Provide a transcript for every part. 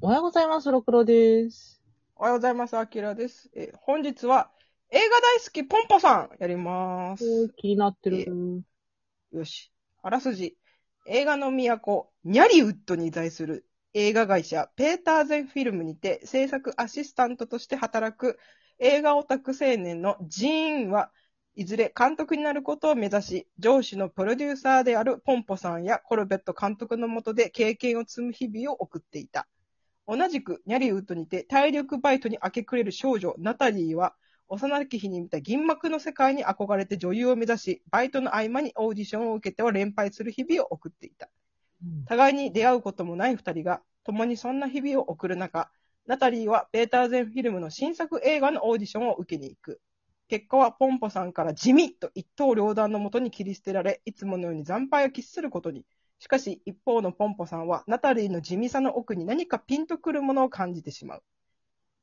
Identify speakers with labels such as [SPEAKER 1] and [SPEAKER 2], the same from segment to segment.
[SPEAKER 1] おはようございます、ろくろです。
[SPEAKER 2] おはようございます。あきらです。え、本日は映画大好きポンポさんやりまーす。
[SPEAKER 1] 気になってる
[SPEAKER 2] え。よし。あらすじ。映画の都、ニャリウッドに在する映画会社、ペーターゼンフィルムにて制作アシスタントとして働く映画オタク青年のジーンは、いずれ監督になることを目指し、上司のプロデューサーであるポンポさんやコルベット監督の下で経験を積む日々を送っていた。同じくニャリウッドにて体力バイトに明け暮れる少女ナタリーは、幼き日に見た銀幕の世界に憧れて女優を目指し、バイトの合間にオーディションを受けては連敗する日々を送っていた。互いに出会うこともない二人が、共にそんな日々を送る中、ナタリーはペーターゼンフィルムの新作映画のオーディションを受けに行く。結果はポンポさんから地味と一刀両断のもとに切り捨てられ、いつものように惨敗を喫することに。しかし、一方のポンポさんは、ナタリーの地味さの奥に何かピンとくるものを感じてしまう。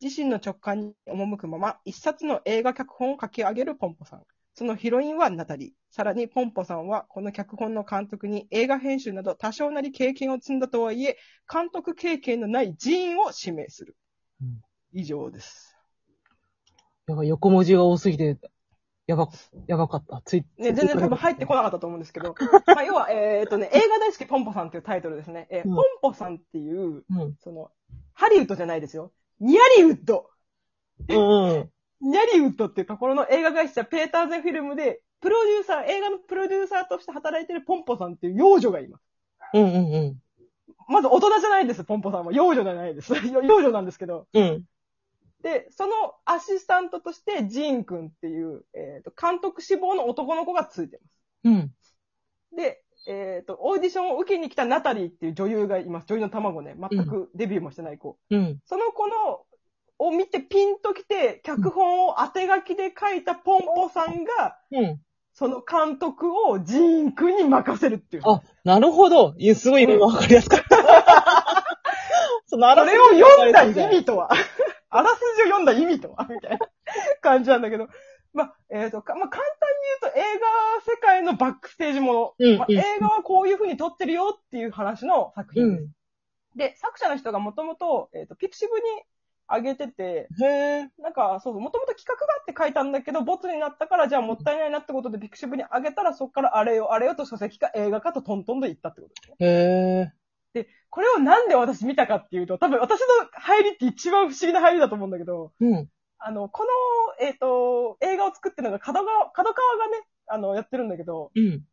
[SPEAKER 2] 自身の直感に赴くまま、一冊の映画脚本を書き上げるポンポさん。そのヒロインはナタリー。さらに、ポンポさんは、この脚本の監督に映画編集など多少なり経験を積んだとはいえ、監督経験のない人員を指名する
[SPEAKER 1] うん。
[SPEAKER 2] 以 上です。
[SPEAKER 1] やばい、横文字が多すぎて、やば、やばかった。つい、
[SPEAKER 2] ね、全然多分入ってこなかったと思うんですけど、 まあ、要は、えーっとね、映画大好きポンポさんっていうタイトルですね。えー
[SPEAKER 1] うん
[SPEAKER 2] ポンポさんっていう、
[SPEAKER 1] うん。
[SPEAKER 2] その、ハリウッドじゃないですよ。ニャリウッド
[SPEAKER 1] うん。
[SPEAKER 2] ニャリウッドっていうところの映画会社、ペーターゼンフィルムで、プロデューサー、映画のプロデューサーとして働いてるポンポさんっていう幼女がいます。
[SPEAKER 1] うんうんうん。
[SPEAKER 2] まず大人じゃないです、ポンポさんは。幼女じゃないです。 よ幼女なんですけど。
[SPEAKER 1] うん。
[SPEAKER 2] で、そのアシスタントとして、ジーン君っていう、えっ、と、監督志望の男の子がついてま
[SPEAKER 1] うん。
[SPEAKER 2] す。で、えっ、と、オーディションを受けに来たナタリーっていう女優がいます。女優の卵ね。全くデビューもしてない子。
[SPEAKER 1] うん。
[SPEAKER 2] その子の、を見てピンときて、脚本を当て書きで書いたポンポさんが、
[SPEAKER 1] うん。
[SPEAKER 2] その監督をジーン君に任せるっていう。
[SPEAKER 1] あ、なるほど。いや、すごい今わかりやすかった。 その
[SPEAKER 2] あれを読んだ意
[SPEAKER 1] 味。
[SPEAKER 2] 味とは。あらすじを読んだ意味とはみたいな感じなんだけど。まあ、えっ、と、かまあ、簡単に言うと映画世界のバックステージもの。
[SPEAKER 1] うん
[SPEAKER 2] まあ
[SPEAKER 1] うん
[SPEAKER 2] 映画はこういう風に撮ってるよっていう話の作
[SPEAKER 1] う
[SPEAKER 2] 品です。
[SPEAKER 1] ん。
[SPEAKER 2] で、作者の人がもともと、えっ、と、ピクシブに上げてて、
[SPEAKER 1] へぇ。
[SPEAKER 2] なんか、そうそう、もともと企画があって書いたんだけど、ボツになったから、じゃあもったいないなってことでピクシブに上げたら、そこからあれよあれよと書籍か映画かとトントンと行ったってことです
[SPEAKER 1] へ
[SPEAKER 2] ね。これをなんで私見たかっていうと、多分私の入りって一番不思議な入りだと思うんだけど、
[SPEAKER 1] ぇ。うん。
[SPEAKER 2] あの、この、えっ、と、映画を作ってるのが角川、角川がね、あの、やってるんだけど、
[SPEAKER 1] うん。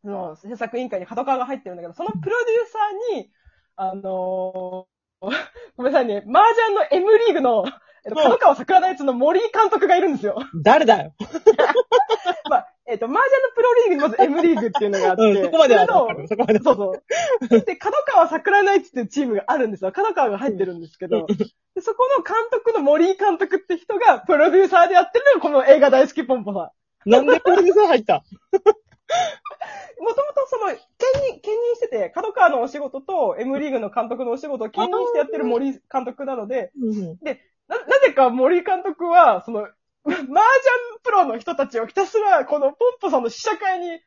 [SPEAKER 2] その制作委員会に角川が入ってるんだけど、そのプロデューサーに、あの ーごめんなさいね、麻雀の M リーグの、え
[SPEAKER 1] う
[SPEAKER 2] っと、
[SPEAKER 1] ん
[SPEAKER 2] 角川桜大やつの森井監督がいるんですよ。
[SPEAKER 1] 誰だよ。
[SPEAKER 2] まあ、えっ、と、麻雀のプロリーグにまず M リーグっていうのがあって、
[SPEAKER 1] うん。そこまでは
[SPEAKER 2] それの
[SPEAKER 1] わかる。そこまで。
[SPEAKER 2] そうそう。で、角川桜ナイツっていうチームがあるんですよ。角川が入ってるんですけど、でそこの監督の森井監督って人がプロデューサーでやってるのがこの映画大好きポンポさん。
[SPEAKER 1] なんでプロデューサー入った
[SPEAKER 2] もともとその、兼任、兼任してて、角川のお仕事と M リーグの監督のお仕事を兼任してやってる森井監督なので、
[SPEAKER 1] うん。
[SPEAKER 2] な、なぜか森井監督は、その、麻雀プロの人たちをひたすら、このポンポさんの試写会に誘い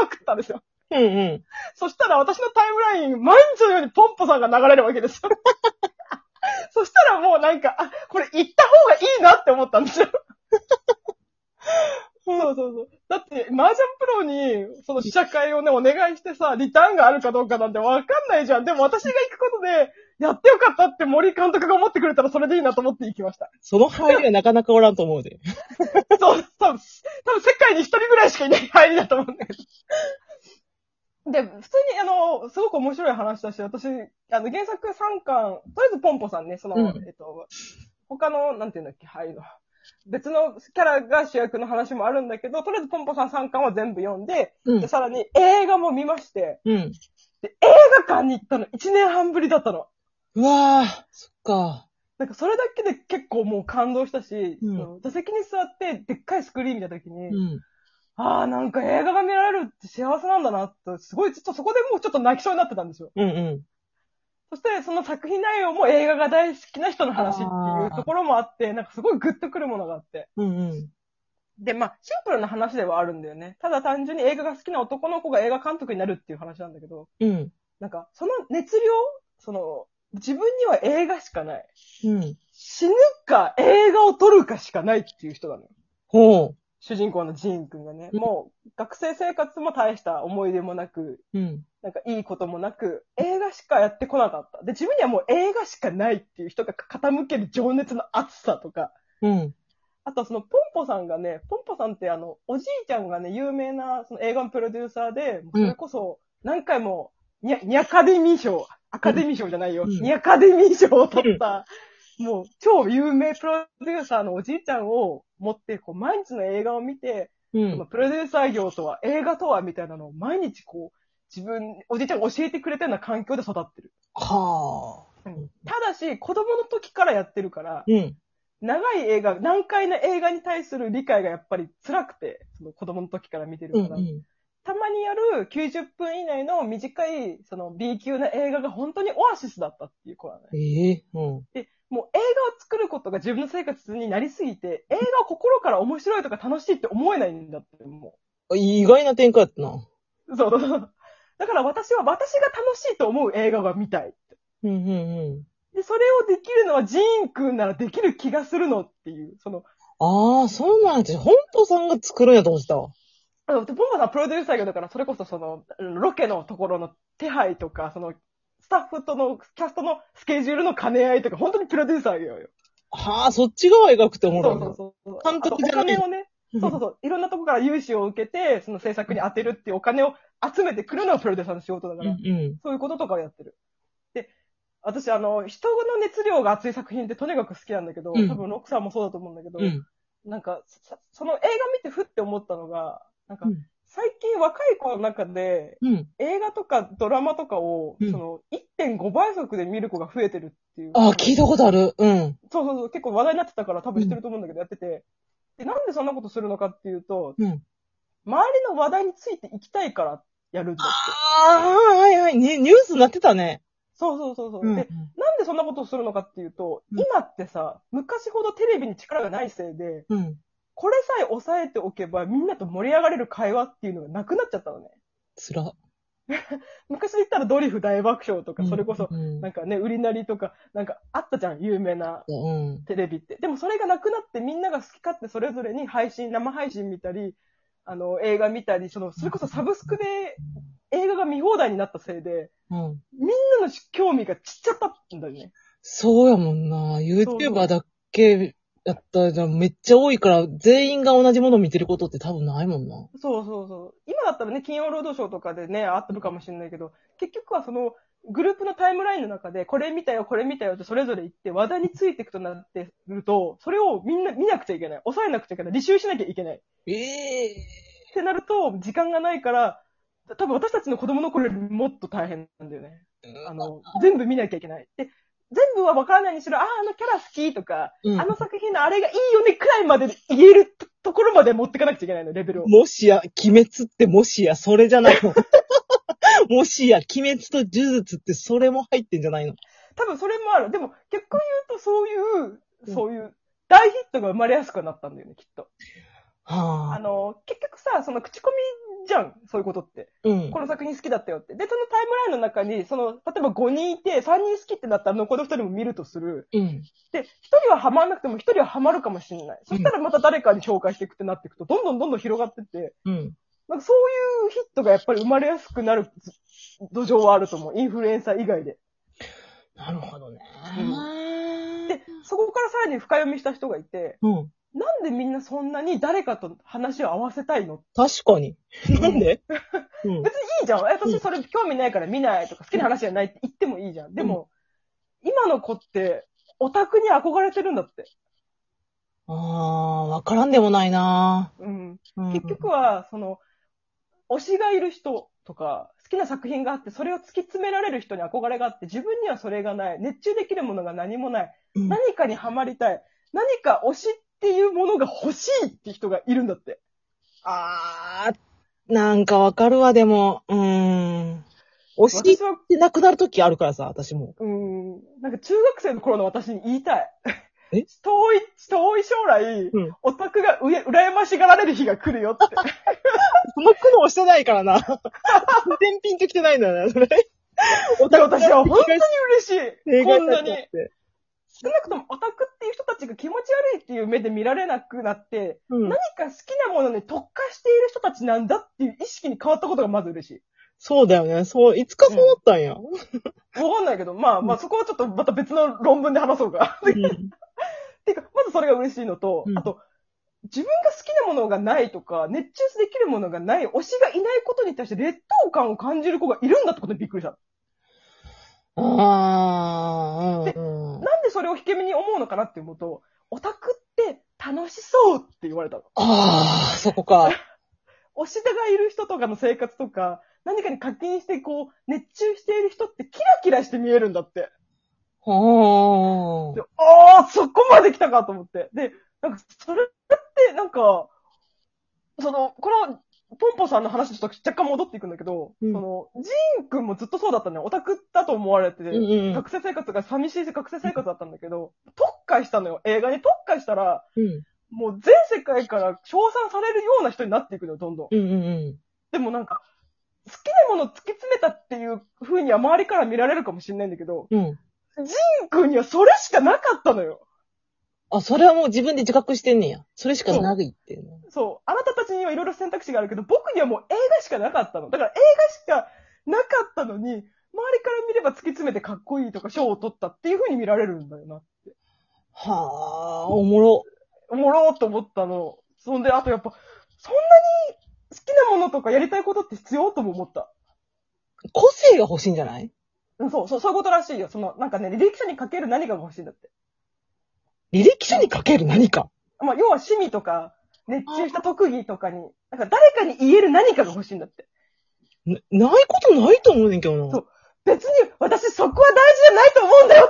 [SPEAKER 2] まくったんですよ。
[SPEAKER 1] うんうん。
[SPEAKER 2] そしたら私のタイムライン、毎日のようにポンポさんが流れるわけですよ。 そしたらもうなんか、あ、これ行った方がいいなって思ったんですよ。 そうそうそう。だって、麻雀プロに、その試写会をね、お願いしてさ、リターンがあるかどうかなんてわかんないじゃん。でも私が行くことで、やってよかったって森監督が思ってくれたらそれでいいなと思って行きました。
[SPEAKER 1] その入りはなかなかおらんと思うで。
[SPEAKER 2] そう、多分、多分世界に一人ぐらいしかいない入りだと思うんだけど。で、普通に、あの、すごく面白い話だし、私、あの、原作3巻、とりあえずポンポさんね、その、
[SPEAKER 1] うん
[SPEAKER 2] えっと、他の、なんていうんだっけ、入りの。別のキャラが主役の話もあるんだけど、とりあえずポンポさん3巻は全部読んで、
[SPEAKER 1] う
[SPEAKER 2] で、。さらに映画も見まして、
[SPEAKER 1] うん。
[SPEAKER 2] 映画館に行ったの1年半ぶりだったの。
[SPEAKER 1] うわぁ、そっか。
[SPEAKER 2] なんかそれだけで結構もう感動したし、
[SPEAKER 1] うん
[SPEAKER 2] その座席に座ってでっかいスクリーン見た時に、
[SPEAKER 1] うん。
[SPEAKER 2] ああ、なんか映画が見られるって幸せなんだなって、すごい、ちょっとそこでもうちょっと泣きそうになってたんですよ。
[SPEAKER 1] うんうん。
[SPEAKER 2] そして、その作品内容も映画が大好きな人の話っていうところもあって、なんかすごいグッとくるものがあって。
[SPEAKER 1] うんうん。
[SPEAKER 2] で、まあ、シンプルな話ではあるんだよね。ただ単純に映画が好きな男の子が映画監督になるっていう話なんだけど、
[SPEAKER 1] うん。
[SPEAKER 2] なんか、その熱量その、自分には映画しかない。
[SPEAKER 1] うん。
[SPEAKER 2] 死ぬか映画を撮るかしかないっていう人なのよ。
[SPEAKER 1] ほ
[SPEAKER 2] 主人公のジーンくんがね。
[SPEAKER 1] うん
[SPEAKER 2] もう、学生生活も大した思い出もなく、
[SPEAKER 1] う。うん。
[SPEAKER 2] なんかいいこともなく、映画しかやってこなかった。で、自分にはもう映画しかないっていう人が傾ける情熱の熱さとか、
[SPEAKER 1] うん。
[SPEAKER 2] あとはそのポンポさんがね、ポンポさんってあの、おじいちゃんがね、有名なその映画のプロデューサーで、それこそ何回もニャ、ニャカデミー賞、アカデミー賞じゃないよ、
[SPEAKER 1] うん
[SPEAKER 2] ニャカデミー賞を取った、もう超有名プロデューサーのおじいちゃんを持って、こう毎日の映画を見て、
[SPEAKER 1] う
[SPEAKER 2] まあ
[SPEAKER 1] ん。
[SPEAKER 2] プロデューサー業とは、映画とはみたいなのを毎日こう、自分、おじいちゃんが教えてくれたような環境で育ってる。
[SPEAKER 1] はあ。
[SPEAKER 2] ただし、子供の時からやってるから、
[SPEAKER 1] うん。
[SPEAKER 2] 長い映画、難解な映画に対する理解がやっぱり辛くて、その子供の時から見てる
[SPEAKER 1] うん。
[SPEAKER 2] から、
[SPEAKER 1] うん。
[SPEAKER 2] たまにやる90分以内の短い、その B 級な映画が本当にオアシスだったっていう子はね。
[SPEAKER 1] ええうん。
[SPEAKER 2] もう映画を作ることが自分の生活になりすぎて、映画を心から面白いとか楽しいって思えないんだって、もう。
[SPEAKER 1] あ意外な展開やったな。
[SPEAKER 2] そうそうそう。だから私は私が楽しいと思う映画が見たい。
[SPEAKER 1] うん、うん、うん。
[SPEAKER 2] で、それをできるのはジーンくんならできる気がするのっていう、その、
[SPEAKER 1] ああ、そうなんや。本当さんが作るんやと思ってたわ。
[SPEAKER 2] あのポンポさんプロデューサー業だから、それこそその、うんロケのところの手配とか、その、スタッフとの、キャストのスケジュールの兼ね合いとか、本当にプロデューサー業よ。
[SPEAKER 1] はあ、そっち側描くって思う
[SPEAKER 2] そうそうそう。
[SPEAKER 1] 監督じゃない
[SPEAKER 2] あとお金をね、そうそうそう。いろんなとこから融資を受けて、その制作に当てるっていうお金を集めてくるのがプロデューサーの仕事だから。
[SPEAKER 1] うん。
[SPEAKER 2] そういうこととかをやってる。で、私、あの、人の熱量が熱い作品ってとにかく好きなんだけど、
[SPEAKER 1] うん
[SPEAKER 2] 多分ロックさんもそうだと思うんだけど、
[SPEAKER 1] うん。
[SPEAKER 2] なんか、そその映画見てふって思ったのが、なんか
[SPEAKER 1] うん、
[SPEAKER 2] 最近若い子の中で、
[SPEAKER 1] うん。
[SPEAKER 2] 映画とかドラマとかを、
[SPEAKER 1] うん
[SPEAKER 2] その、1.5倍速で見る子が増えてるっていう。
[SPEAKER 1] ああ、聞いたことある。うん。
[SPEAKER 2] そうそうそう、結構話題になってたから多分知ってると思うんだけど、やってて。で、なんでそんなことするのかっていうと、
[SPEAKER 1] うん。
[SPEAKER 2] 周りの話題についていきたいからやるんだって。
[SPEAKER 1] ああ、はいはい。ね、ニュースになってたね。
[SPEAKER 2] そうそうそうそう。
[SPEAKER 1] うん。う
[SPEAKER 2] で、なんでそんなことをするのかっていうと、
[SPEAKER 1] うん
[SPEAKER 2] 今ってさ、昔ほどテレビに力がないせいで、
[SPEAKER 1] ん。
[SPEAKER 2] これさえ抑えておけばみんなと盛り上がれる会話っていうのがなくなっちゃったのね。
[SPEAKER 1] つら。
[SPEAKER 2] 昔で言ったらドリフ大爆笑とか、それこそ、
[SPEAKER 1] うん。
[SPEAKER 2] なんかね、売りなりとか、なんかあったじゃん、有名な
[SPEAKER 1] うん。
[SPEAKER 2] テレビって。でもそれがなくなってみんなが好き勝手それぞれに配信、生配信見たり、あの、映画見たり、その、それこそサブスクで映画が見放題になったせいで、
[SPEAKER 1] うん。
[SPEAKER 2] みんなの興味がちっちゃかったんだよね。
[SPEAKER 1] そうやもんな。YouTuber だけやったらじゃめっちゃ多いから、全員が同じもの見てることって多分ないもんな。
[SPEAKER 2] そうそうそう。今だったらね、金曜ロードショーとかでね、あってるかもしれないけど、結局はその、グループのタイムラインの中で、これ見たよ、これ見たよってそれぞれ言って、話題についていくとなってると、それをみんな見なくちゃいけない。抑えなくちゃいけない。履修しなきゃいけない。っ
[SPEAKER 1] ええ
[SPEAKER 2] てなると、時間がないから、多分私たちの子供の頃よりもっと大変なんだよね。あの、全部見なきゃいけない。で、全部は分からないにしろ、ああ、あのキャラ好きとか、
[SPEAKER 1] うん
[SPEAKER 2] あの作品のあれがいいよねくらいまで言えるとところまで持ってかなくちゃいけないの、レベルを。
[SPEAKER 1] もしや、鬼滅ってもしや、それじゃないの。 もしや、鬼滅と呪術ってそれも入ってんじゃないの。
[SPEAKER 2] 多分それもある。でも、結果言うとそういう、
[SPEAKER 1] うん
[SPEAKER 2] そういう、大ヒットが生まれやすくなったんだよね、きっと。あ
[SPEAKER 1] はあ。
[SPEAKER 2] の、結局さ、その口コミじゃん、そういうことって。
[SPEAKER 1] うん。
[SPEAKER 2] この作品好きだったよって。で、そのタイムラインの中に、その、例えば5人いて、3人好きってなったら残り2人も見るとする。
[SPEAKER 1] うん。
[SPEAKER 2] で、1人はハマんなくても1人はハマるかもしれない。そしたらまた誰かに紹介していくってなっていくと、どんどんどんどん広がってって、
[SPEAKER 1] うん。
[SPEAKER 2] なんかそういうヒットがやっぱり生まれやすくなる土壌はあると思う。インフルエンサー以外で。
[SPEAKER 1] なるほどね。
[SPEAKER 2] で、そこからさらに深読みした人がいて、
[SPEAKER 1] うん。
[SPEAKER 2] なんでみんなそんなに誰かと話を合わせたいの
[SPEAKER 1] 確かに。なん でうん。
[SPEAKER 2] 別にいいじゃん。え私それ興味ないから見ないとか好きな話じゃないって言ってもいいじゃん。でも、今の子ってオタクに憧れてるんだって。
[SPEAKER 1] ああ、わからんでもないな。
[SPEAKER 2] うん。
[SPEAKER 1] うん
[SPEAKER 2] 結局は、その、推しがいる人とか、好きな作品があって、それを突き詰められる人に憧れがあって、自分にはそれがない。熱中できるものが何もない。
[SPEAKER 1] うん
[SPEAKER 2] 何かにハマりたい。何か推しっていうものが欲しいって人がいるんだって。
[SPEAKER 1] ああ、なんかわかるわ、でも。うーん。押し切っ
[SPEAKER 2] 私は
[SPEAKER 1] てなくなるときあるからさ、私も。
[SPEAKER 2] うーんなんか中学生の頃の私に言いたい。
[SPEAKER 1] え
[SPEAKER 2] 遠い、遠い将来、
[SPEAKER 1] うん
[SPEAKER 2] オタクがうや羨ましがられる日が来るよって。
[SPEAKER 1] その苦悩してないからな。全品と来てないんだよね、それ。 オ
[SPEAKER 2] いや私は 本当に嬉しい。こんなに。
[SPEAKER 1] て。
[SPEAKER 2] 少なくともオタクっていう人たちが気持ち悪いっていう目で見られなくなって、
[SPEAKER 1] うん
[SPEAKER 2] 何。か好きなものに特化している人たちなんだっていう意識に変わったことがまず嬉しい。
[SPEAKER 1] そうだよね。そう、いつかそうだったんや。
[SPEAKER 2] わかんないけど、まあまあそこはちょっとまた別の論文で話そうか。
[SPEAKER 1] うん
[SPEAKER 2] ていうか、まずそれが嬉しいのと、
[SPEAKER 1] うん
[SPEAKER 2] あと、自分が好きなものがないとか、熱中できるものがない、推しがいないことに対して劣等感を感じる子がいるんだってことにびっくりした。
[SPEAKER 1] ああ、うんうん。
[SPEAKER 2] なんでそれを引け目に思うのかなって思うと、オタクって楽しそうって言われたの。
[SPEAKER 1] ああ、そこか。
[SPEAKER 2] 推し手がいる人とかの生活とか、何かに課金してこう、熱中している人ってキラキラして見えるんだって。
[SPEAKER 1] あ
[SPEAKER 2] でああ、そこまで来たかと思って。で、なんか、それって、なんか、その、この、ポンポさんの話にちょっと若干戻っていくんだけど、
[SPEAKER 1] うん
[SPEAKER 2] その、ジーンくんもずっとそうだったね。オタクだと思われてて、
[SPEAKER 1] あ。うんうん。
[SPEAKER 2] 学生生活が寂しい学生生活だったんだけど、特化したのよ。映画に特化したら、
[SPEAKER 1] うん
[SPEAKER 2] もう全世界から称賛されるような人になっていくのよ、どんどん。
[SPEAKER 1] うんうん
[SPEAKER 2] でもなんか、好きなものを突き詰めたっていう風には周りから見られるかもしれないんだけど、
[SPEAKER 1] うん。うん。
[SPEAKER 2] ジーンくんにはそれしかなかったのよ。
[SPEAKER 1] あ、それはもう自分で自覚してんねや。それしかないっていうの。
[SPEAKER 2] そう。あなたたちにはいろいろ選択肢があるけど、僕にはもう映画しかなかったの。だから映画しかなかったのに、周りから見れば突き詰めてかっこいいとか賞を取ったっていう風に見られるんだよな。
[SPEAKER 1] はあ、おもろ。
[SPEAKER 2] おもろーと思ったの。そんで、あとやっぱ、そんなに好きなものとかやりたいことって必要とも思った。
[SPEAKER 1] 個性が欲しいんじゃない
[SPEAKER 2] うんそう、そう、そういうことらしいよ。その、なんかね、履歴書に書ける何かが欲しいんだって。
[SPEAKER 1] 履歴書に書ける何か。
[SPEAKER 2] まあ、要は趣味とか、熱中した特技とかに、なんか誰かに言える何かが欲しいんだって。
[SPEAKER 1] なないことないと思うねんけどな。
[SPEAKER 2] そう別に私そこは大事じゃないと思うんだよ